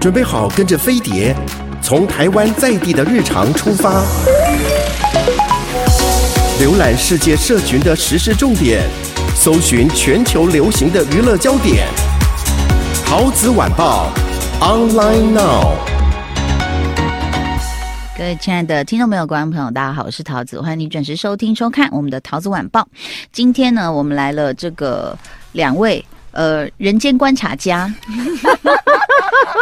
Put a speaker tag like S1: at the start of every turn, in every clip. S1: 准备好跟着飞碟，从台湾在地的日常出发，浏览世界社群的时事重点，搜寻全球流行的娱乐焦点。桃子晚报，online now。
S2: 各位亲爱的听众朋友、观众朋友，大家好，我是桃子，欢迎你准时收听、收看我们的《桃子晚报》。今天呢，我们来了这个两位呃人间观察 家，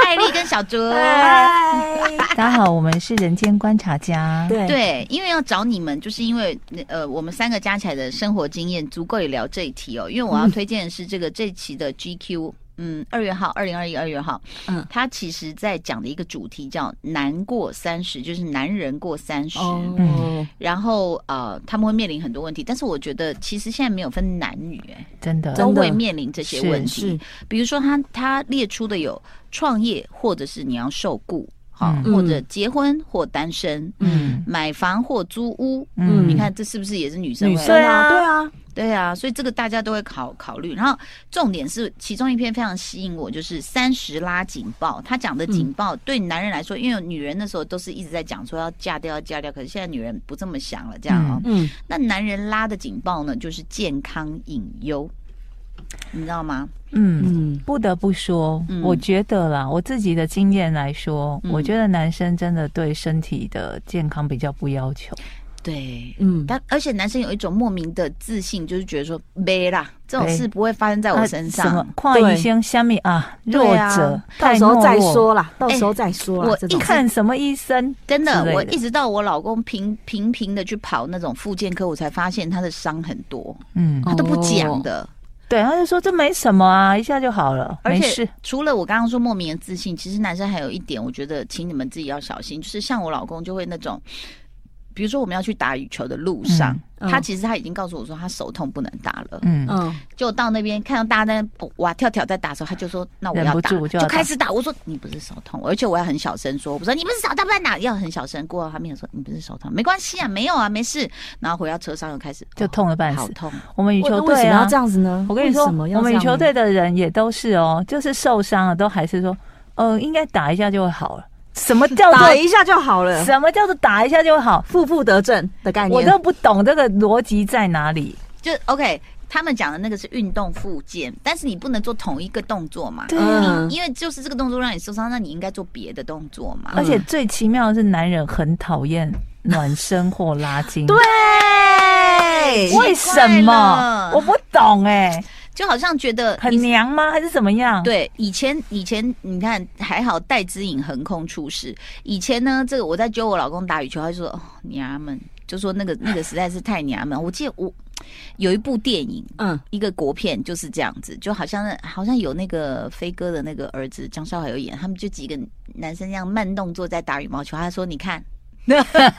S2: 艾丽跟小卓。
S3: 大家好，我们是人间观察家。
S4: 对
S2: 对，因为要找你们，就是因为呃，我们三个加起来的生活经验足够也聊这一题哦。因为我要推荐的是这个、这一期的 GQ，嗯，二月号，二零二一二月号，
S4: 嗯
S2: 它其实在讲的一个主题叫“难过三十”，就是男人过三十、
S4: 哦，
S2: 然后呃，他们会面临很多问题，但是我觉得其实现在没有分男女、哎，
S3: 真的，
S2: 都
S4: 真的
S2: 会面临这些问题。
S4: 是
S2: 比如说他他列出的有创业，或者是你要受雇，好、
S3: 嗯
S2: 或者结婚或单身，
S4: 嗯，
S2: 买房或租屋。
S3: 嗯
S2: 你看这是不是也是女生会？
S4: 女生啊，
S3: 对
S4: 对啊，
S2: 对啊，所以这个大家都会考考虑。然后重点是，其中一篇非常吸引我，就是三十拉警报。他讲的
S3: 嗯
S2: 警报、对男人来说，因为女人那时候都是一直在讲说要嫁掉要嫁掉，可是现在女人不这么想了，这样哦。
S4: 嗯，
S2: 那男人拉的警报呢，就是健康隐忧，你知道吗？
S3: 嗯。
S4: 嗯，
S3: 不得不说，
S2: 嗯
S3: 我觉得啦，我自己的经验来说，
S2: 嗯
S3: 我觉得男生真的对身体的健康比较不要求。
S2: 对。
S4: 嗯，
S2: 但而且男生有一种莫名的自信，就是觉得说没啦，这种
S3: 没
S2: 事不会发生在我
S3: 啊
S2: 身
S3: 什
S2: 上
S3: 么。跨一生虾米啊，弱
S2: 对啊
S3: 者，
S4: 到
S3: 太
S4: 时候
S3: 懦
S4: 再
S3: 弱。
S4: 说啦，到时候再说啦
S2: 哎我，
S4: 这
S2: 一
S4: 种
S3: 你看什么医生？
S2: 真
S3: 之
S2: 的，
S3: 类
S2: 我
S3: 的
S2: 一直到我老公频频频的去跑那种复健科，我才发现他的伤很多，
S3: 嗯，
S2: 他都不讲的。
S3: 对，他就说这没什么啊，一下就好了，
S2: 而
S3: 没
S2: 且
S3: 事。
S2: 除了我刚刚说莫名的自信，其实男生还有一点，我觉得请你们自己要小心，就是像我老公就会那种，比如说我们要去打羽球的路上，
S4: 嗯
S2: 他
S4: 嗯
S2: 其实他已经告诉我说他手痛不能打了，
S3: 嗯，
S4: 嗯，
S2: 就到那边看到大家在那边哇跳跳在打的时候，他就说那我
S3: 忍
S2: 要
S3: 不
S2: 打，
S3: 住就要打
S2: 开始打。我说你不是手痛，而且我要很小声说，我说你不是手痛，不然打要很小声。过后他面说你不是手痛，没关系啊，没有啊，没事。然后回到车上又开始
S3: 就痛了半
S2: 哦好
S3: 死。
S2: 痛，
S3: 我们羽
S4: 为
S3: 球
S4: 为
S3: 队
S4: 什么
S3: 啊
S4: 要这，样子呢？
S3: 我跟你说，
S4: 为什么要
S3: 我们羽
S4: 这样
S3: 球
S4: 呢
S3: 队的人也都是哦，就是受伤了都还是说，呃，应该打一下就会好了。什么叫做
S4: 打一下就好了，
S3: 什么叫做打一下就好？
S4: 负负得正的概念，
S3: 我都不懂这个逻辑在哪里。
S2: 就 OK。他们讲的那个是运动复健，但是你不能做同一个动作嘛，
S3: 对
S4: 嗯，
S2: 因为就是这个动作让你受伤，那你应该做别的动作嘛。
S4: 嗯
S3: 而且最奇妙的是，男人很讨厌暖身或拉筋。对，
S4: 对
S3: 为什么
S2: 奇怪了？
S3: 我不懂哎、
S2: 就好像觉得
S3: 很
S2: 你
S3: 娘吗？还是怎么样？，
S2: 对，以前以前你看还好，戴之颖横空出世。以前呢，这个我在揪我老公打羽球，他就说哦娘们，就说那个那个实在是太娘们。我记得我有一部电影，
S4: 嗯，
S2: 一个国片就是这样子，就好像好像有那个飞哥的那个儿子张韶涵有演，他们就几个男生这样慢动作在打羽毛球。他说你看，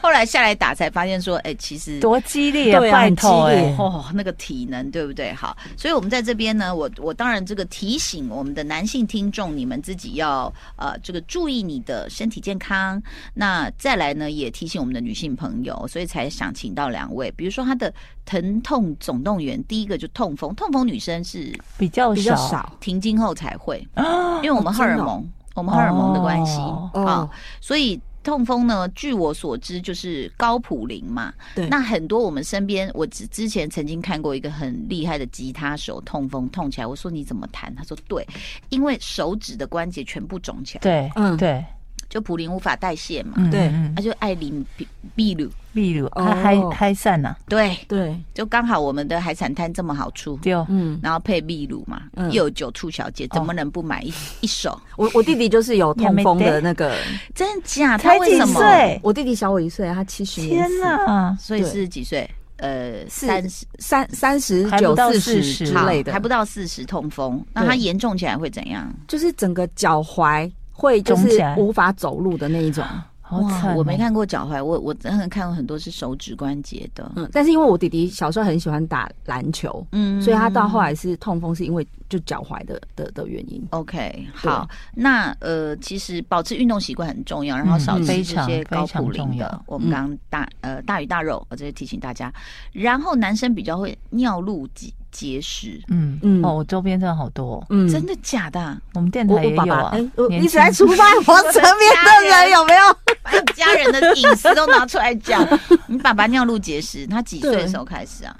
S2: 后来下来打才发现说，哎、其实
S3: 多激烈、
S4: 对啊
S3: 拜
S4: 很
S3: 托哎、
S4: 激烈
S2: 哦，那个体能对不对？好，所以我们在这边呢，我我当然这个提醒我们的男性听众，你们自己要呃这个注意你的身体健康。那再来呢，也提醒我们的女性朋友，所以才想请到两位，比如说她的疼痛总动员，第一个就痛风，痛风女生是
S3: 比较
S4: 比较
S3: 少。
S4: 少
S2: 停经后才会，
S3: 啊
S2: 因为我们荷尔蒙，我们荷尔蒙的关系啊
S3: 哦、
S4: 哦，
S2: 所以痛风呢，据我所知就是高普林嘛。
S4: 对
S2: 那很多我们身边，我之之前曾经看过一个很厉害的吉他手痛风痛起来，我说你怎么弹？他说对，因为手指的关节全部肿起来，
S3: 对，嗯，
S4: 嗯
S3: 对，
S2: 就普林无法代谢嘛，
S3: 嗯，
S4: 对
S3: 嗯
S2: 他、就爱淋比秘鲁，
S3: 例如
S4: 哦
S3: 他嗨嗨散啊呐，
S2: 对，
S4: 对，
S2: 就刚好我们的海产摊这么好出。
S3: 就
S4: 嗯，
S2: 然后配秘鲁嘛，
S4: 嗯
S2: 又有酒醋小姐，怎么能不买一、
S3: 哦
S2: 一手？
S4: 我我弟弟就是有痛风
S3: 也没得
S4: 的那个，
S2: 真假？他
S3: 才
S2: 为
S3: 几
S2: 什么？
S3: 岁？
S4: 我弟弟小我一岁，啊他七十
S3: 天
S4: 年次，
S3: 哪！
S2: 所以
S4: 对
S2: 是几岁？呃，
S4: 是
S2: 三十
S4: 三三十
S3: 还不
S4: 九
S3: 到
S4: 四
S3: 40
S4: 十之
S2: 好
S4: 类的，
S2: 还不到四十痛风，那
S4: 对
S2: 它严重起来会怎样？
S4: 就是整个脚踝会就
S3: 肿起
S4: 是
S3: 来
S4: 无法走路的那一种。
S3: 好惨哦，
S2: 我没看过脚踝，我我真的看过很多是手指关节的，
S4: 嗯，但是因为我弟弟小时候很喜欢打篮球，
S2: 嗯
S4: 所以他到后来是痛风，是因为就脚踝的的的原因。
S2: 嗯 OK 好，那呃，其实保持运动习惯很重要，然后
S3: 嗯
S2: 少吃
S3: 非
S2: 这
S3: 常
S2: 些高
S3: 非常
S2: 嘌呤
S3: 重
S2: 的
S3: 要，
S2: 我们刚刚大呃大鱼大肉，我这是提醒大家。然后男生比较会尿路结结石，
S3: 嗯
S4: 嗯
S3: 哦，我周边真的好多哦，
S4: 嗯
S2: 真的假的啊？
S3: 我们电
S4: 我
S3: 台
S4: 我
S3: 也
S4: 爸
S3: 有
S4: 爸
S3: 啊
S4: 哎，我，一
S3: 年
S4: 直在
S3: 轻
S4: 出卖我身边的 人，有没有？
S2: 把你家人的隐私都拿出来讲。你爸爸尿路结石，他几岁的时候开始啊？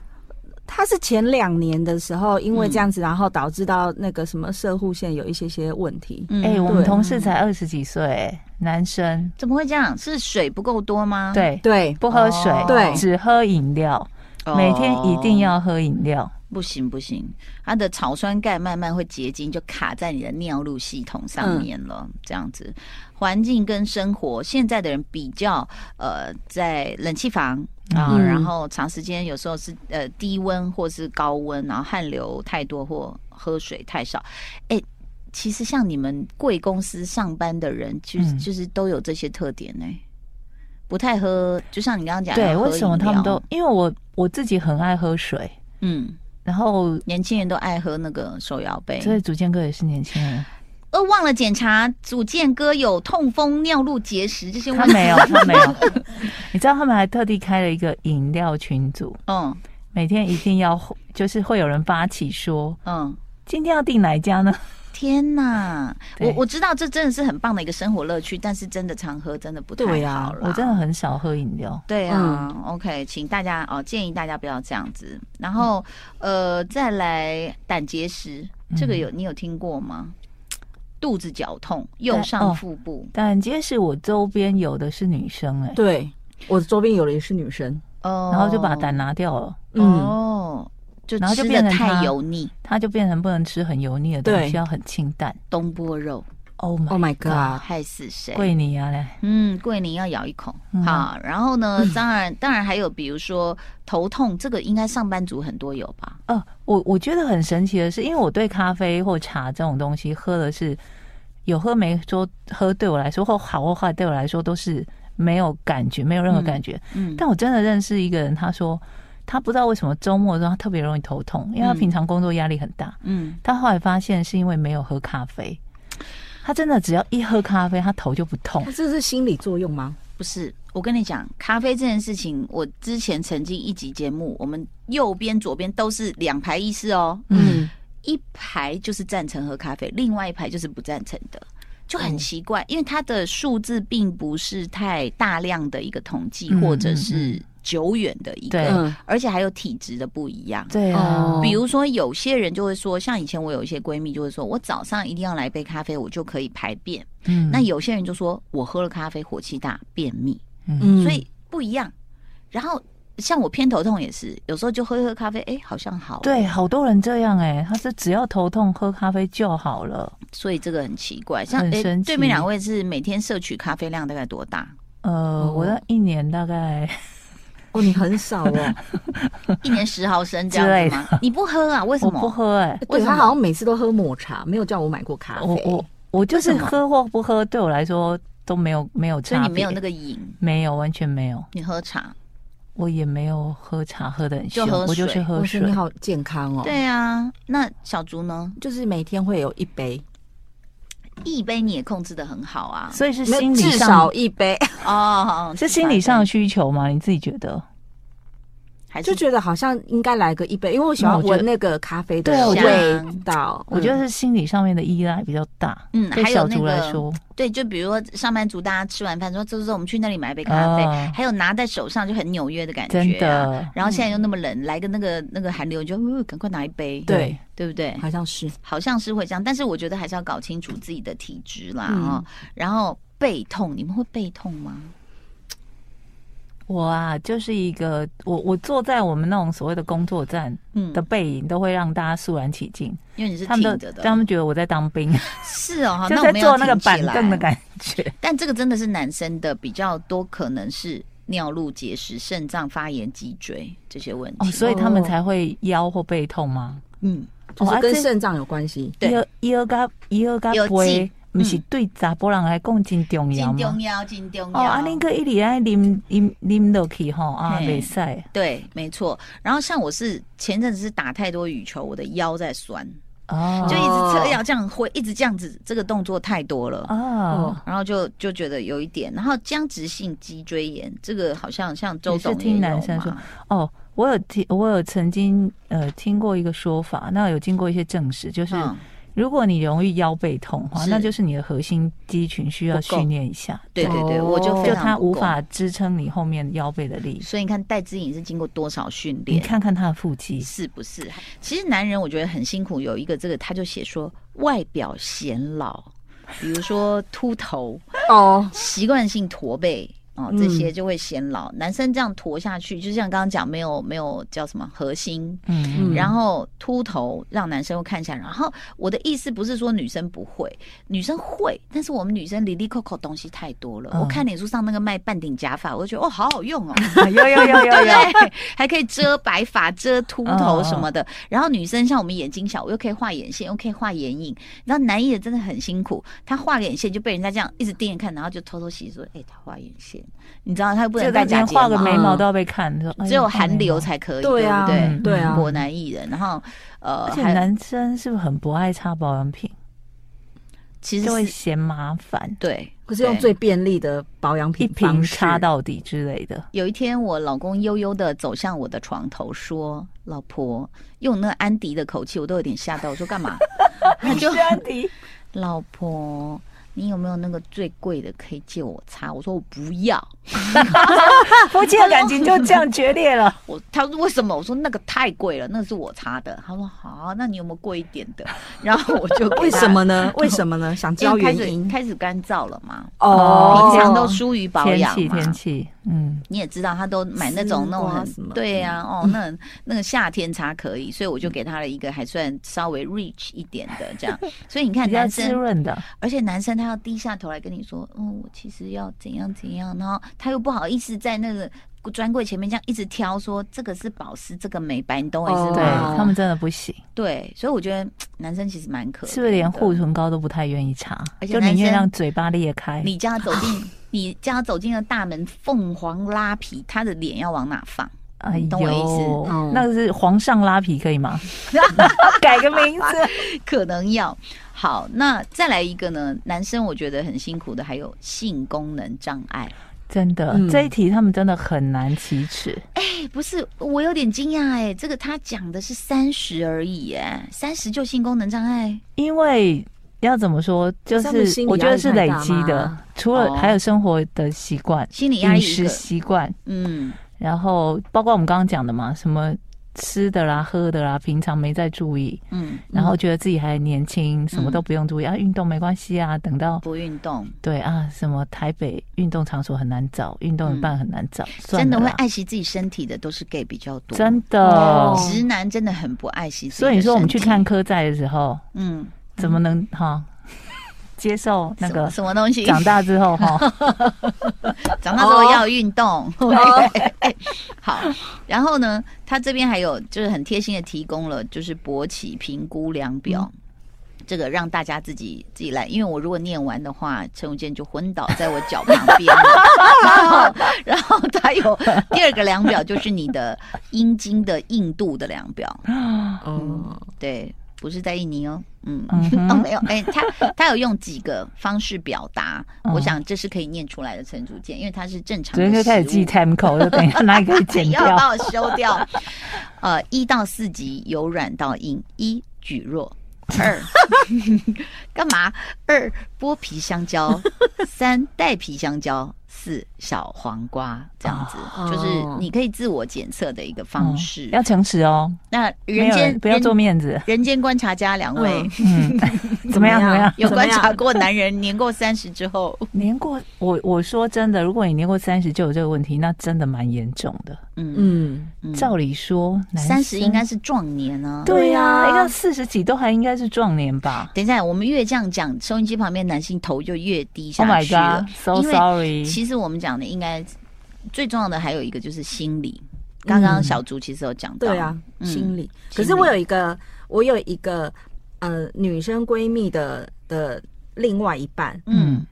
S4: 他是前两年的时候，因为这样子，然后导致到那个什么射护线有一些些问题。
S2: 嗯
S3: 哎，我们
S4: 对
S3: 同事才二十几岁，男生，
S2: 怎么会这样？是水不够多吗？，
S3: 对，
S4: 对，
S3: 不喝水
S2: 哦，
S4: 对
S3: 只喝饮料，每天一定。要喝饮料。
S2: 不行不行，它的草酸钙慢慢会结晶，就卡在你的尿路系统上面了。
S3: 嗯
S2: 这样子，环境跟生活，现在的人比较呃，在冷气房啊，
S4: 嗯
S2: 然后长时间有时候是呃低温或是高温，然后汗流太多或喝水太少，哎。其实像你们贵公司上班的人，就、
S3: 嗯
S2: 就是都有这些特点呢、不太喝，就像你刚刚讲的，
S3: 对，
S2: 喝
S3: 为什么
S2: 饮
S3: 他们
S2: 料
S3: 都？因为我我自己很爱喝水，
S2: 嗯，
S3: 然后
S2: 年轻人都爱喝那个手摇杯，
S3: 所以祖健哥也是年轻人，
S2: 呃，忘了检查组健哥有痛风、尿路结石这些问
S3: 他
S2: 题。
S3: 没 有，他没有。 你知道他们还特地开了一个饮料群组，
S2: 嗯
S3: 每天一定要就是会有人发起说
S2: 嗯，
S3: 今天要订哪一家呢？
S2: 天哪！
S3: 对
S2: 我我知道这真的是很棒的一个生活乐趣，但是真的常喝真的不太
S4: 对啊
S2: 好啦
S3: 我真的很嗯少喝饮料。
S2: 对啊、o k 请大家哦，建议大家不要这样子。然后，
S3: 嗯
S2: 呃，再来胆结石，这个有你有听过吗？肚子绞痛，右上
S3: 哦
S2: 腹部，
S3: 但结石我周边有的是女生哎、
S4: 对，我周边有的也是女生。
S2: 哦
S3: 然后就把胆拿掉了，
S4: 嗯，
S2: 哦，就
S3: 然后就
S2: 吃的
S3: 变成
S2: 太
S3: 它
S2: 油腻，
S3: 它就变成不能吃很油腻的东
S4: 对
S3: 西，要很清淡。
S2: 东坡肉
S3: Oh
S4: ，Oh my
S3: my，
S4: god，
S2: 害死谁？
S3: 桂林啊嘞，
S2: 嗯，桂林要咬一口
S3: 嗯
S2: 好，然后呢，当然，当然还有比如说头痛，这个应该上班族很多有吧？
S3: 哦、我我觉得很神奇的是，因为我对咖啡或茶这种东西喝的是有喝没说喝，对我来说或好或坏对我来说都是没有感觉，没有任何感觉。
S2: 嗯，
S3: 但我真的认识一个人，他说他不知道为什么周末的时候他特别容易头痛，因为他
S2: 嗯
S3: 平常工作压力很大。
S2: 嗯，
S3: 他后来发现是因为没有喝咖啡，他真的只要一喝咖啡，他头就不痛
S4: 那。这是心理作用吗？
S2: 不是，我跟你讲，咖啡这件事情，我之前曾经一集节目，我们右边、左边都是两排医师哦，
S3: 嗯，
S2: 一排就是赞成喝咖啡，另外一排就是不赞成的，就很奇怪，
S3: 嗯
S2: 因为它的数字并不是太大量的一个统计，
S3: 嗯
S2: 或者
S3: 嗯
S2: 是久远的一
S3: 对
S2: 个，
S4: 嗯，
S2: 而且还有体质的不一样。
S3: 对啊
S4: 哦，
S2: 比如说，有些人就会说，像以前我有一些闺蜜就会说，我早上一定要来杯咖啡，我就可以排便。
S3: 嗯
S2: 那有些人就说我喝了咖啡火气大，便秘，
S4: 嗯
S2: 所以不一样。然后像我偏头痛也是，有时候就喝一喝咖啡，哎，好像好。，
S3: 对，好多人这样哎、他是只要头痛喝咖啡就好了。
S2: 所以这个很奇怪。像
S3: 很
S2: 哎，
S3: 神奇
S2: 对面两位是每天摄取咖啡量大概多大？
S3: 呃，
S4: 哦
S3: 我的一年大概
S4: 哦，你很 少哦，
S2: 一年十毫升这样子
S3: 之类
S2: 吗？你不喝啊？为什
S3: 我
S2: 么？
S3: 不喝哎、
S2: 为
S4: 对
S2: 什么
S4: 他好像每次都喝抹茶，没有叫我买过咖啡。
S3: 我我我就是
S2: 为什么
S3: 喝或不喝对我来说都没有没有
S2: 所以
S3: 差别，
S2: 你没有那个瘾，
S3: 没有完全没有，
S2: 你喝茶。
S3: 我也没有喝茶喝的很
S2: 就
S3: 凶，
S2: 喝
S3: 我就是
S2: 水
S3: 喝
S4: 哇塞
S3: 水
S4: 你。好健康哦。，
S2: 对啊，那小竹呢？
S4: 就是每天会有一杯，
S2: 一杯你也控制的很好啊。
S3: 所以是
S4: 没有
S3: 心理
S4: 至
S3: 上
S4: 少一杯，
S2: 哦，
S3: 是心理上的需求吗？你自己觉得？
S2: 嗯还是
S4: 就觉得好像应该来个一杯，因为我喜
S3: 那
S4: 欢
S3: 我觉得
S4: 闻那个咖啡的
S3: 对啊我觉
S2: 得
S4: 味道。
S3: 我觉得是心理上面的依赖比较大。
S2: 嗯
S3: 对
S2: 还有
S3: 小
S2: 那
S3: 竹来
S2: 个
S3: 说，
S2: 对，就比如说上班族，大家吃完饭说走走走，我们去那里买杯咖啡，
S3: 啊
S2: 还有拿在手上就很纽约的感觉、啊，
S3: 真。的，嗯
S2: 然后现在又那么冷，来个那个那个寒流，你就、呃、赶快拿一杯，
S4: 对，
S2: 对不对
S4: 嗯？好像是
S2: 好像是会这样，但是我觉得还是要搞清楚自己的体质啦
S4: 嗯
S2: 哦。然后背痛，你们会背痛吗？
S3: 我啊，就是一个我我坐在我们那种所谓的工作站
S2: 嗯
S3: 的，背影，都会让大家肃然起敬。
S2: 因为你是
S3: 他
S2: 挺
S3: 们都
S2: 着的，
S3: 他们觉得我在当兵，
S2: 是哦，好
S3: 就
S2: 那我
S3: 在
S2: 们要
S3: 坐那个
S2: 挺起
S3: 板
S2: 来
S3: 凳的感觉。
S2: 但这个真的是男生的比较多，可能是尿路结石、肾脏发炎、脊椎这些问
S3: 哦，
S2: 题。
S3: 所以他们才会腰或背痛吗？
S2: 嗯，
S4: 就
S3: 哦啊
S4: 是跟
S3: 这
S4: 肾脏有关系。
S2: 对
S3: 腰，腰甲腰甲
S2: 腰
S3: 背
S2: 子，
S3: 不是对查甫人来讲真重要
S2: 真
S3: 吗
S2: 重？要，真重要。
S3: 哦，啊，恁个一直爱啉啉啉落去吼，啊，
S2: 嘿
S3: 袂使。
S2: 对，没错。然后像我是前阵子是打太多羽球，我的腰在酸，
S3: 哦
S2: 就一直侧要这样挥，一直这样子，这个动作太多了。
S3: 哦，
S2: 然后就就觉得有一点，然后僵直性脊椎炎，这个好像像周
S3: 也是
S2: 董
S3: 听
S2: 也
S3: 男
S2: 有
S3: 生说
S2: 嘛
S3: 哦，我有听，我有曾经呃听过一个说法，那有经过一些证实，就是
S2: 嗯，
S3: 如果你容易腰背痛的话，
S2: 是
S3: 那就是你的核心肌群需要训练一下，
S2: 对对对，我就
S4: 哦
S2: 非
S3: 就
S2: 常
S3: 它
S2: 不
S3: 无
S2: 够
S3: 法支撑你后面腰背的力。
S2: 所以你看戴资颖是经过多少训
S3: 你
S2: 练？
S3: 看看他的腹肌，
S2: 是不是？其实男人我觉得很辛苦，有一个这个他就写说外表显老，比如说秃头、
S4: 哦，
S2: 习惯性驼背哦，
S4: 嗯
S2: 这些就会显老。男生这样驼下去，就像刚刚讲，没有没有叫什么核心。
S3: 嗯
S4: 嗯
S2: 然后秃头让男生会看起来，然后我的意思不是说女生不会，女生会，但是我们女生里里扣扣东西太多了。
S3: 嗯
S2: 我看脸书上那个卖半顶假发，我就觉得哦，好好用哦。
S3: 嗯，有有有有有，
S2: 对不对？还可以遮白发、遮秃头什么的。然后女生像我们眼睛小，我又可以画眼线，又可以画眼影。然后男艺人真的很辛苦，他画眼线就被人家这样一直盯着看，然后就偷偷洗说：“哎、他画眼线。”你知道他不能
S3: 就
S2: 戴
S3: 在这
S2: 假
S3: 边
S2: 睫毛，
S3: 画个眉毛都要被看，说哎呀
S2: 只有
S3: 画眉
S2: 韩流
S3: 毛
S2: 才可以，
S4: 对啊，
S2: 不对？
S4: 对
S3: 嗯
S4: 啊，
S2: 国男艺人，然后呃，
S3: 而且
S2: 还有
S3: 哎男生是不是很不爱擦保养品，
S2: 其实
S3: 就会
S2: 是
S3: 嫌麻烦，
S2: 对，
S4: 可是用
S2: 对
S4: 最便利的保养
S3: 一
S4: 品
S3: 瓶
S4: 方式
S3: 擦到底之类 的。
S2: 有一天，我老公悠悠的走向我的床头，说：“老婆，用那安迪的口气，我都有点吓到。”我说：“干嘛？” 他就老婆，你有没有那个最贵的可以借我擦？我说我不要。
S3: 夫妻的感情就这样决裂了。
S2: 我他说为什么？我说那个太贵了，那个是我擦的。他说好，那你有没有贵一点的？然后我 就给他
S4: 为什么？呢？为什么呢？想知
S2: 因
S4: 道
S2: 为开
S4: 原
S2: 始
S4: 因
S2: 开始干燥了嘛，
S4: 哦，
S2: 平常都疏于 保
S3: 天
S2: 养
S3: 气
S2: 嘛。
S3: 天气，嗯，
S2: 你也知道，他都买那种
S4: 丝
S2: 那种
S4: 瓜
S2: 很
S4: 什么的
S2: 对呀、哦，那很那个夏天擦可以，所以我就给他了一个还算稍微 rich 一点的这样。所以你看，
S3: 比较
S2: 男
S3: 滋
S2: 生
S3: 润的，
S2: 而且男生他要低下头来跟你说，嗯，我其实要怎样怎样，然后他又不好意思在那个专柜前面这样一直挑说这个是保湿，这个美白，你懂我意思
S4: 哦
S3: 对
S2: 吗？
S3: 他们真的不行，
S2: 对，所以我觉得嘖男生其实蛮可，
S3: 是不是连护？唇膏都不太愿意擦，
S2: 而且
S3: 就宁愿让嘴巴裂开。
S2: 你叫他走进， 你叫他走进了大门，凤凰拉皮，他的脸要往哪放？
S3: 哎
S2: 你懂我意
S4: 思嗯
S3: 那个是皇上拉皮可以吗？改个名字，
S2: 可能要好。那再来一个呢？男生我觉得很辛苦的，还有性功能障碍。
S3: 真的
S4: 嗯
S3: 这一题他们真的很难启齿。
S2: 哎不是，我有点惊讶哎，这个他讲的是三十而已哎，三十就性功能障碍，
S3: 因为要怎么说，就
S4: 他们
S3: 是
S4: 心理
S3: 我觉得是累积
S4: 压力太
S3: 的
S4: 大吗，
S3: 除了
S2: 哦
S3: 还有生活的习惯、
S2: 心理压
S3: 饮
S2: 力一
S3: 食
S2: 个，
S3: 习惯，
S2: 嗯，
S3: 然后包括我们刚刚讲的嘛，什么吃的啦、喝的啦，平常没在注意，
S2: 嗯，
S3: 然后觉得自己还年轻，什么都不用注意啊，运动没关系啊，等到
S2: 不运动，
S3: 对啊，什么台北运动场所很难找，运动一半很难找，
S2: 嗯
S3: 算
S2: 真的
S3: 了
S2: 会
S3: 啦
S2: 爱惜自己身体的都是 gay 比较多，
S3: 真的。
S4: 哦
S2: 直男真的很不爱惜自己的身体。
S3: 所以你说我们去看，科在的时候，
S2: 嗯，
S3: 怎么能哈 接受那
S2: 什么
S3: 个
S2: 什么东西，
S3: 长大之后哈？
S2: 长大之后要运动。 好，然后呢，他这边还有就是很贴心的提供了，就是勃起评估量表。这个让大家自己自己来，因为我如果念完的话，陈永健就昏倒在我脚旁边了。然后，然后他有第二个量表，就是你的阴茎的硬度的量表。嗯
S4: 哦，
S2: 对，不是在印尼哦，嗯，
S3: 嗯哼
S2: 哦没有，哎、他他有用几个方式表达，
S3: 嗯
S2: 我想这是可以念出来的陈竹健，因为他是正常
S3: 昨
S2: 哦的食物。哎
S3: 天就开始记 time code，就等一下哪里可以剪
S2: 要把
S3: 掉？
S2: 我修掉。呃，一到四级由软到硬，一举弱，二 干嘛？二剥皮香蕉，三带皮香蕉。四小黄瓜这样子，
S4: 哦
S2: 就是你可以自我检测的一个方式。
S3: 嗯要诚实哦，
S2: 那
S3: 没
S2: 人
S3: 有
S2: 间
S3: 不要做
S2: 人
S3: 面子。
S2: 人间观察家两位，
S4: 嗯
S3: 嗯，怎么样？怎么样？
S2: 有
S4: 怎么
S2: 观
S4: 样
S2: 察过男人年过三十之后，
S3: 年过我我说真的，如果你年过三十就有这个问题，那真的蛮严重的。
S2: 嗯，
S4: 嗯，
S3: 照理说，男
S2: 三十应该
S3: 是
S2: 是壮年啊。
S3: 对
S4: 对
S3: 呀、
S4: 啊
S3: 应该四十几都还应该是壮年吧
S2: 等一下，我们越这样讲，收音机旁边男性头就越低
S3: ？Oh
S2: 下
S3: my
S2: 去了。
S3: god，so
S2: 因为
S3: sorry。
S2: 其实我们讲的应该最重要的还有一个就是心理。
S3: 嗯
S2: 刚刚小竹其实有讲到，
S4: 对啊，
S2: 嗯
S4: 心理。
S2: 理
S4: 可是我有一个，我有一个呃女生闺蜜的的另外一半，
S2: 嗯，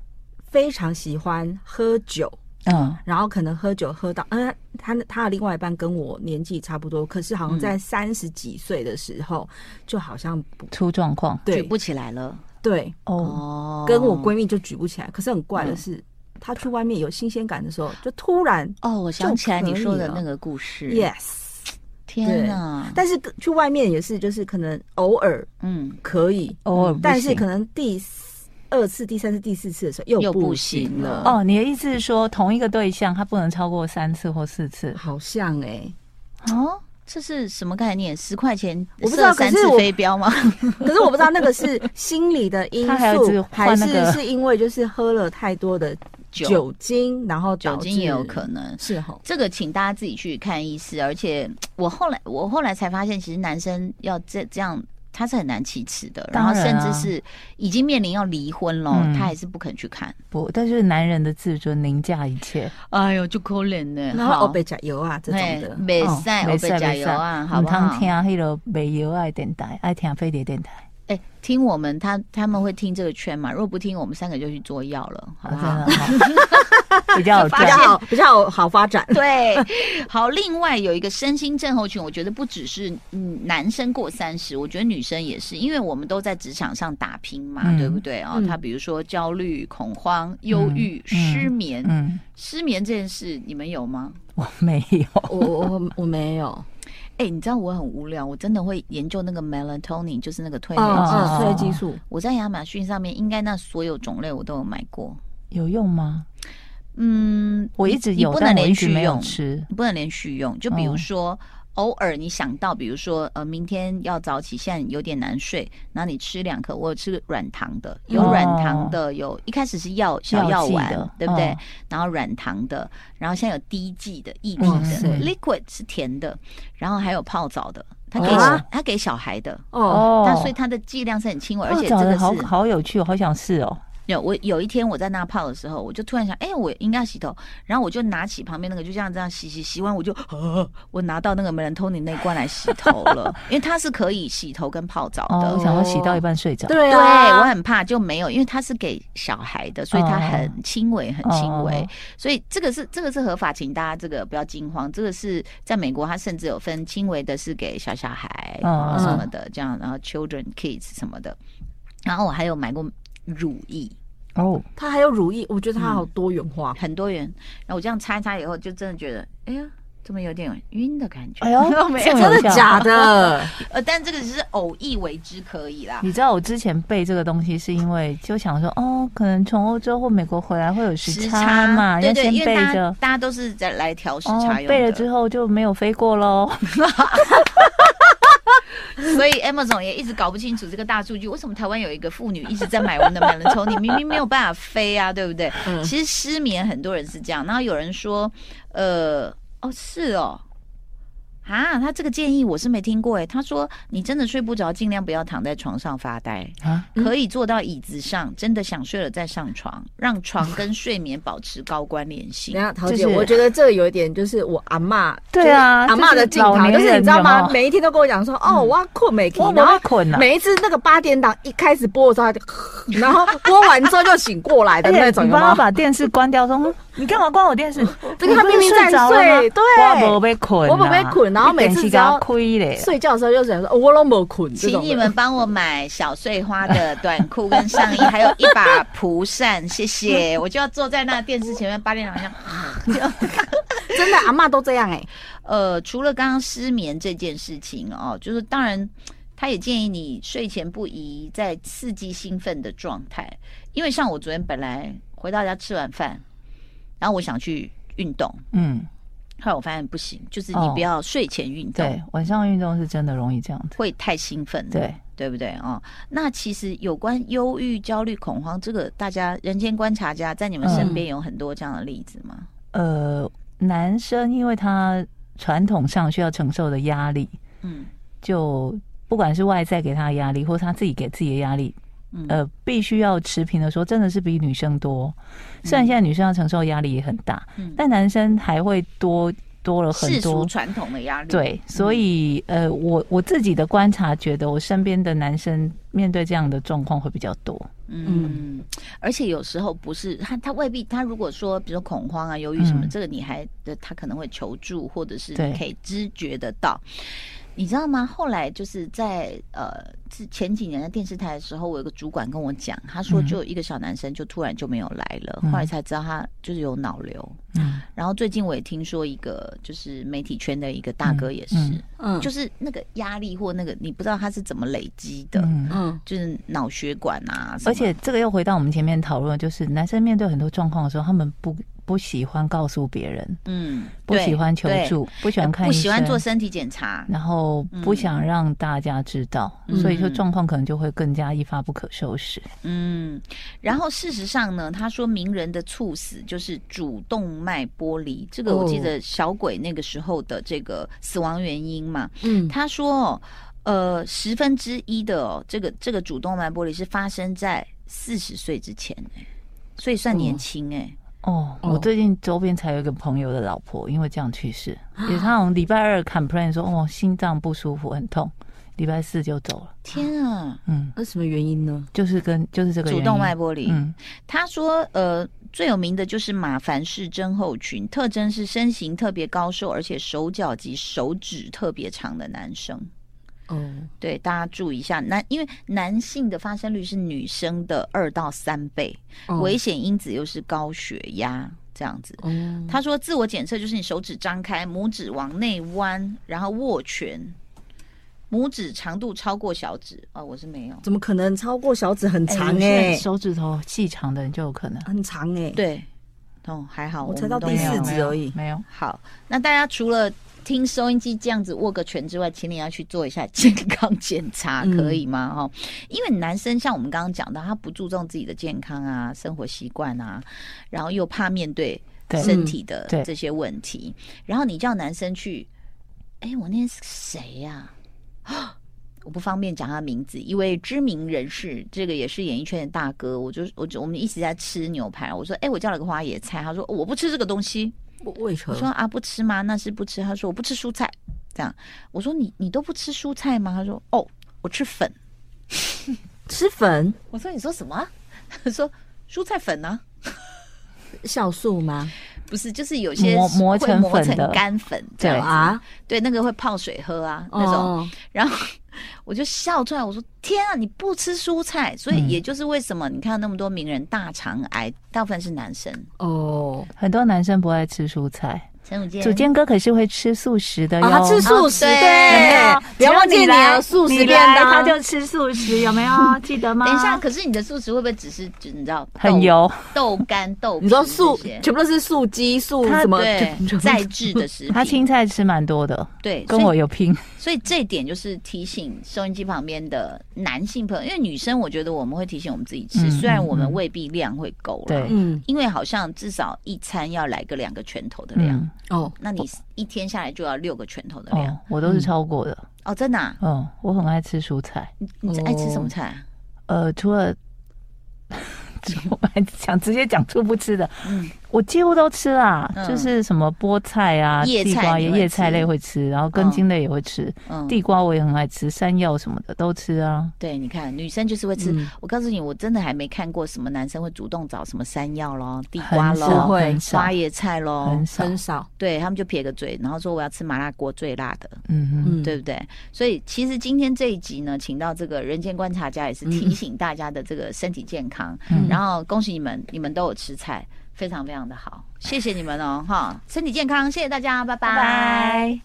S4: 非常喜欢喝酒，
S3: 嗯
S4: 然后可能喝酒喝到，嗯、他他的另外一半跟我年纪差不多，可是好
S2: 嗯
S4: 像在三十几岁的时候，就好像不
S3: 出状况
S2: 举
S4: 对
S2: 不起来了。
S4: 对，
S3: 哦，
S2: 哦，嗯
S4: 跟我闺蜜就举不起来。可是很怪的是，她去外面有新鲜感的时候，就突然、
S2: 哦，我想起来
S4: 就可以
S2: 你说的
S4: 了
S2: 那个故事。
S4: yes，
S2: 天哪！
S4: 但是跟去外面也是，就是可能偶尔
S2: 嗯，
S4: 可以，
S3: 偶尔不
S4: 但是
S3: 行
S4: 可能第四二次、第三次、第四次的时候又
S2: 又不
S4: 不
S2: 行
S4: 行
S2: 了
S4: 了。
S3: 哦，你的意思是说同一个对象他不能超过三次或四次？
S4: 好像哎、
S2: 哦，这是什么概念？十块钱
S4: 我不知道
S2: 射三
S4: 可是
S2: 次
S4: 我
S2: 飞镖吗？
S4: 可是 我不知道那个是心理的因
S3: 他还有一直
S4: 素，还
S3: 换那个
S4: 是是因为就是喝了太多的酒精，然后
S2: 酒
S4: 导致
S2: 精也有可能。
S4: 是吼。
S2: 这个请大家自己去看医师，而且我后来我后来才发现，其实男生要这这样他是很难启齿的，然后
S3: 当然
S2: 甚
S3: 啊
S2: 至是已经面临要离婚了，
S3: 嗯
S2: 他还是不肯去看。
S3: 不，但是男人的自尊凌驾一切。
S2: 哎呦，就可怜呢
S4: 然后欧贝甲油啊这种的，
S2: 美
S3: 哦
S2: 赛
S3: 没
S2: 欧贝
S3: 事
S2: 加
S3: 没事
S2: 油啊，好不
S3: 唔
S2: 好
S3: 通？听迄个没有爱电台，爱听飞碟电台。
S2: 哎，听我们他他们会听这个圈嘛？如果不听，我们三个就去做药了，好
S3: 好
S2: 不
S3: 啊真
S2: 好？
S3: 的好比较有
S4: 比较
S3: 赚。
S4: 好比较好发展。
S2: 对，好。另外有一个身心症候群，我觉得不只是嗯男生过三十，我觉得女生也是，因为我们都在职场上打拼嘛，
S3: 嗯
S2: 对不对啊？
S4: 嗯
S2: 他比如说焦虑、恐慌、忧郁、
S3: 嗯
S2: 失眠、
S3: 嗯，
S2: 失眠这件事，你们有吗？
S3: 我没有。
S4: 我我我我没 有
S2: 哎、你知道我很无聊，我真的会研究那个 melatonin，就是那个褪黑
S4: 哦
S2: 激素。
S4: 哦，褪黑激素
S2: 我在亚马逊上面应该那所有种类我都有买过。
S3: 有用吗？
S2: 嗯，
S3: 我一直
S2: 你
S3: 有，
S2: 不能
S3: 但我一
S2: 连
S3: 直
S2: 续
S3: 没有
S2: 用。
S3: 吃。
S2: 不能连续用。就比如
S3: 哦
S2: 说，偶尔你想到，比如说呃，明天要早起，现在有点难睡，然后你吃两颗。我有吃软糖的，有
S3: 哦
S2: 软糖的，有一开始是药小
S3: 药
S2: 药
S3: 剂
S2: 丸
S3: 的，
S2: 对不对？
S3: 哦
S2: 然后软糖的，然后现在有滴剂的、液体
S3: 哇
S2: 的
S3: 塞
S2: ，liquid 是甜的，然后还有泡澡的。他给、
S3: 哦
S2: 他给小孩的，
S4: 哦，
S2: 他所以它的剂量是很轻微，而且这
S3: 找
S2: 个
S3: 的
S2: 是
S3: 好好有趣，我好想试哦。
S2: 有我有一天我在那泡的时候，我就突然想，哎、我应该要洗头，然后我就拿起旁边那个，就这样这样洗洗洗完，我就，呃、我拿到那个美人托尼那罐来洗头了， 因为它是可以洗头跟泡澡的。
S3: 哦，我想说洗到一半睡着。
S4: 对
S2: 对我
S4: 啊，
S2: 很怕就没有，因为它是给小孩的，所以它很轻微，很轻微
S3: 哦。
S2: 所以这个是这个是合法，请大家这个不要惊慌。这个是在美国，它甚至有分轻微的是给小小孩
S3: 嗯
S2: 啊什
S4: 嗯
S2: 么的，这样，然后 children kids 什么的。然后我还有买过乳液。
S3: 哦，
S4: 它还有乳液，我觉得它好多元化。
S2: 很多元。然后我这样擦一擦以后，就真的觉得，哎呀，怎么有点晕的感觉？
S3: 哎呦
S2: 没
S3: 这
S2: 有
S3: 么。
S4: 真的假的？
S2: 呃，但这个只是偶一为之可以啦。
S3: 你知道我之前背这个东西是因为就想说，哦，可能从欧洲或美国回来会有时差嘛，
S2: 对
S3: 要
S2: 对，
S3: 先
S2: 因为
S3: 背
S2: 大家
S3: 着。
S2: 大家都是在来调时
S3: 哦
S2: 差用的。，
S3: 背了之后就没有飞过喽。
S2: 所以 Amazon 也一直搞不清楚这个大数据，为什么台湾有一个妇女一直在买我们的 melatonin，明明没有办法飞啊，对不对？
S4: 嗯
S2: 其实失眠很多人是这样，然后有人说，呃，哦是哦。啊，他这个建议我是没听过诶。他说，你真的睡不着，尽量不要躺在床上发呆，
S3: 啊，
S2: 可以坐到椅子上，真的想睡了再上床，让床跟睡眠保持高关联性
S4: 等一。下，桃
S3: 就
S4: 姐，
S3: 是
S4: 我觉得这有一点就是我阿嬷，
S3: 对啊
S4: 就是阿嬷的
S3: 就是
S4: 镜
S3: 老
S4: 头，
S3: 年
S4: 就是你
S3: 人
S4: 知道
S3: 有没
S4: 吗？
S3: 有嗯
S4: 每一天都跟我讲说，哦，我要困美
S3: 我
S4: 婷，
S3: 不
S4: 然
S3: 会
S4: 后
S3: 困啊了。
S4: 每一次那个八点档一开始播的时候，他就， 然后播完之后就醒过来的
S3: 而且
S4: 那 种，
S3: 哎你
S4: 有
S3: 帮
S4: 吗
S3: 他？把电视关掉，说嗯你干嘛关 我电视？
S4: 这个
S3: 你
S4: 他
S3: 不是
S4: 明明在
S3: 着了
S4: 睡
S3: 吗
S4: 对
S3: 我没被困啊，
S4: 我没被困然后每次
S3: 你电视
S4: 只要
S3: 给他开嘞，
S4: 睡觉的时候就想说，哦我都没困，这
S2: 请
S4: 种
S2: 你们帮我买小碎花的短裤跟上衣，还有一把蒲扇，谢谢。我就要坐在那电视前面八点两像。
S4: 的真的阿嬷都这样哎、
S2: 呃，除了刚刚失眠这件事情哦，就是当然，他也建议你睡前不宜在刺激兴奋的状态，因为像我昨天本来回到家吃完饭，然后我想去运动，
S3: 嗯，
S2: 后来我发现不行，就是你
S3: 哦
S2: 不要睡前运动。
S3: 对，晚上运动是真的容易这样子。
S2: 会太兴奋，
S3: 对，
S2: 对不对哦？那其实有关忧郁、焦虑、恐慌，这个大家人间观察家在你
S3: 嗯
S2: 们身边有很多这样的例子吗？
S3: 呃，男生因为他传统上需要承受的压力，
S2: 嗯
S3: 就不管是外在给他的压力，或是他自己给自己的压力，
S2: 嗯
S3: 呃，必须要持平的说，真的是比
S4: 嗯
S3: 女生多。虽然现在女生要承受的压力也很大，
S2: 嗯
S3: 但男生还会多多了
S2: 世
S3: 很
S2: 俗
S3: 多。
S2: 传嗯统的压力。
S3: 对，所以呃，我我自己的观察觉得，我身边的男生面对这样的状况会比较多。
S2: 嗯，而且有时候不是他，他未必他如果说，比如说恐慌啊、忧郁什么，
S3: 嗯
S2: 这个你还呃他可能会求助，或者是
S3: 对
S2: 你可以知觉得到。你知道吗？后来就是在呃之前几年在电视台的时候，我有个主管跟我讲，他说
S3: 嗯
S2: 就有一个小男生就突然就没有来了，
S3: 嗯
S2: 后来才知道他就是有脑瘤。
S3: 嗯，
S2: 然后最近我也听说一个就是媒体圈的一个大
S3: 嗯
S2: 哥也是，
S3: 嗯
S4: 嗯
S2: 就是那个压力或那个你不知道他是怎么累积的，
S3: 嗯
S4: 嗯
S2: 就是脑血管啊什么，
S3: 而且这个又回到我们前面讨论，就是男生面对很多状况的时候，他们不不喜欢告诉别人，
S2: 嗯，
S3: 不
S2: 对
S3: 喜欢求，助，不喜
S2: 对呃
S3: 欢看
S2: 不
S3: 医
S2: 喜欢
S3: 生
S2: 做身体检查。
S3: 然后不想让大家知道，
S2: 嗯
S3: 所以说状况可能就会更加一发不可收拾。
S2: 嗯，然后事实上呢，他说名人的猝死就是主动脉剥离，这个我记
S4: 哦
S2: 得小鬼那个时候的这个死亡原因嘛，
S4: 嗯，
S2: 他说，呃，十分之一的哦，这个这个主动脉剥离是发生在四十岁之前、哎，所以算年轻哎、
S3: 哦，
S4: 哦
S3: 我最近周边才有一个朋友的老婆因为这样去世，也是他好像礼拜二 complain 说哦心脏不舒服很痛，礼拜四就走了。
S2: 天啊，
S3: 嗯，
S4: 那什么原因呢？
S3: 就是跟就是这个
S2: 主
S3: 原
S2: 动
S3: 因
S2: 脉剥离。
S3: 嗯
S2: 他说，呃，最有名的就是马凡氏症候群，特征是身形特别高瘦，而且手脚及手指特别长的男生。
S4: 哦，
S2: 对，大家注意一下，男因为男性的发生率是女生的二到三倍，危险因子又是高血压这样子。
S4: 哦，
S2: 他说，自我检测就是你手指张开，拇指往内弯，然后握拳，拇指长度超过小指。哦，我是没有。
S4: 怎么可能超过小指很长
S3: 有些人
S4: 哎，
S3: 手指头细长的人就有可能。
S4: 很长哎，，
S2: 对，哦，还好，
S4: 我才
S2: 们
S4: 到
S2: 都
S4: 第
S2: 没
S4: 四
S2: 有
S4: 指而已。
S3: 没有，
S2: 好，那大家除了听收音机这样子握个拳之外，请你要去做一下健康 检查，
S4: 嗯
S2: 可以吗？哦，因为男生像我们刚刚讲到，他不注重自己的健康啊、生活习惯啊，然后又怕面对
S3: 对
S2: 身体的
S3: 嗯对
S2: 这些问题，然后你叫男生去，哎、我那天是谁呀、 我不方便讲他名字，一位知名人士，这个也是演艺圈的大哥。我就我就我们一起在吃牛排，我说，哎、我叫了个花椰菜，他说、哦我不吃这个东西。
S4: 为何
S2: 我？
S3: 嗯
S2: 说啊，不吃吗？那是不吃。他说我不吃蔬菜，这样。我说你你都不吃蔬菜吗？他说哦，我吃粉。
S4: 吃粉
S2: 我说你说什么啊？他说蔬菜粉啊，
S4: 酵素吗？
S2: 不是，就是有些
S3: 磨
S2: 是
S3: 磨
S2: 会
S3: 成
S2: 磨
S3: 粉
S2: 成
S3: 的
S2: 干粉这样
S3: 对
S2: 子，
S4: 啊，
S2: 对，那个会泡水喝啊那种。
S4: 哦
S2: 然后我就笑出来，我说天啊，你不吃蔬菜，所以
S3: 嗯
S2: 也就是为什么你看到那么多名人大肠癌，大部分是男生。
S4: 哦，
S3: 很多男生不爱吃蔬菜。
S2: 陈永健，
S3: 祖健哥可是会吃素食的哟，
S4: 啊，他吃素食，
S2: 哦对
S4: 对，不要忘记你
S3: 来
S4: 啊，素食
S3: 你
S4: 便
S3: 来
S4: 当，
S3: 他就吃素食，有没有？记得吗？
S2: 等一下，，可是你的素食会不会只是就你知道
S3: 很
S2: 豆
S3: 油，
S2: 豆干豆皮
S4: 你
S2: 这些？
S4: 说素，全部都是素鸡、素
S3: 他
S4: 什么，
S2: 对
S4: 全部，
S2: 在制的
S4: 嗯
S2: 食品，
S3: 他青菜吃蛮多的，
S2: 对，
S3: 跟
S2: 所以
S3: 我有拼。
S2: 所以这一点就是提醒收音机旁边的男性朋友，因为女生我觉得我们会提醒我们自己吃，
S3: 嗯
S2: 虽然我们
S3: 嗯
S2: 未必量会够了，
S3: 对
S4: 嗯，
S2: 因为好像至少一餐要来个两个拳头的量，
S3: 嗯，
S4: 哦，
S2: 那你一天下来就要六个拳头的量
S3: 哦，我都是超过的。
S2: 哦，真的啊、
S3: 嗯，我很爱吃蔬菜。
S2: 你你爱吃什
S3: 哦
S2: 么菜啊？
S3: 呃，除了我还想直接讲出不吃的，
S2: 嗯
S3: 我几乎都吃啦，
S2: 嗯
S3: 就是什么菠菜啊、
S2: 叶菜
S3: 地瓜、
S2: 你
S3: 叶
S2: 会
S3: 叶菜
S2: 吃
S3: 类会吃，然后根茎类也会吃，
S2: 嗯，
S3: 地瓜我也很爱吃，山药什么的都吃啊。
S2: 对，你看女生就是会吃。
S4: 嗯
S2: 我告诉你，我真的还没看过什么男生会主动找什么山药咯、地
S3: 很
S2: 瓜
S3: 少
S2: 咯、
S4: 会
S3: 很少
S2: 花，椰菜咯，
S3: 很少，嗯
S4: 很少，
S2: 对他们就撇个嘴，然后说我要吃麻辣锅最辣的，
S3: 嗯嗯，
S4: 嗯，
S2: 对不对？所以其实今天这一集呢，请到这个人间观察家也是提醒大家的这个身体健康，
S3: 嗯
S2: 然后恭喜你们，你们都有吃菜，非常非常的好，谢谢你们哦，哈，身体健康，谢谢大家，拜拜
S3: 拜。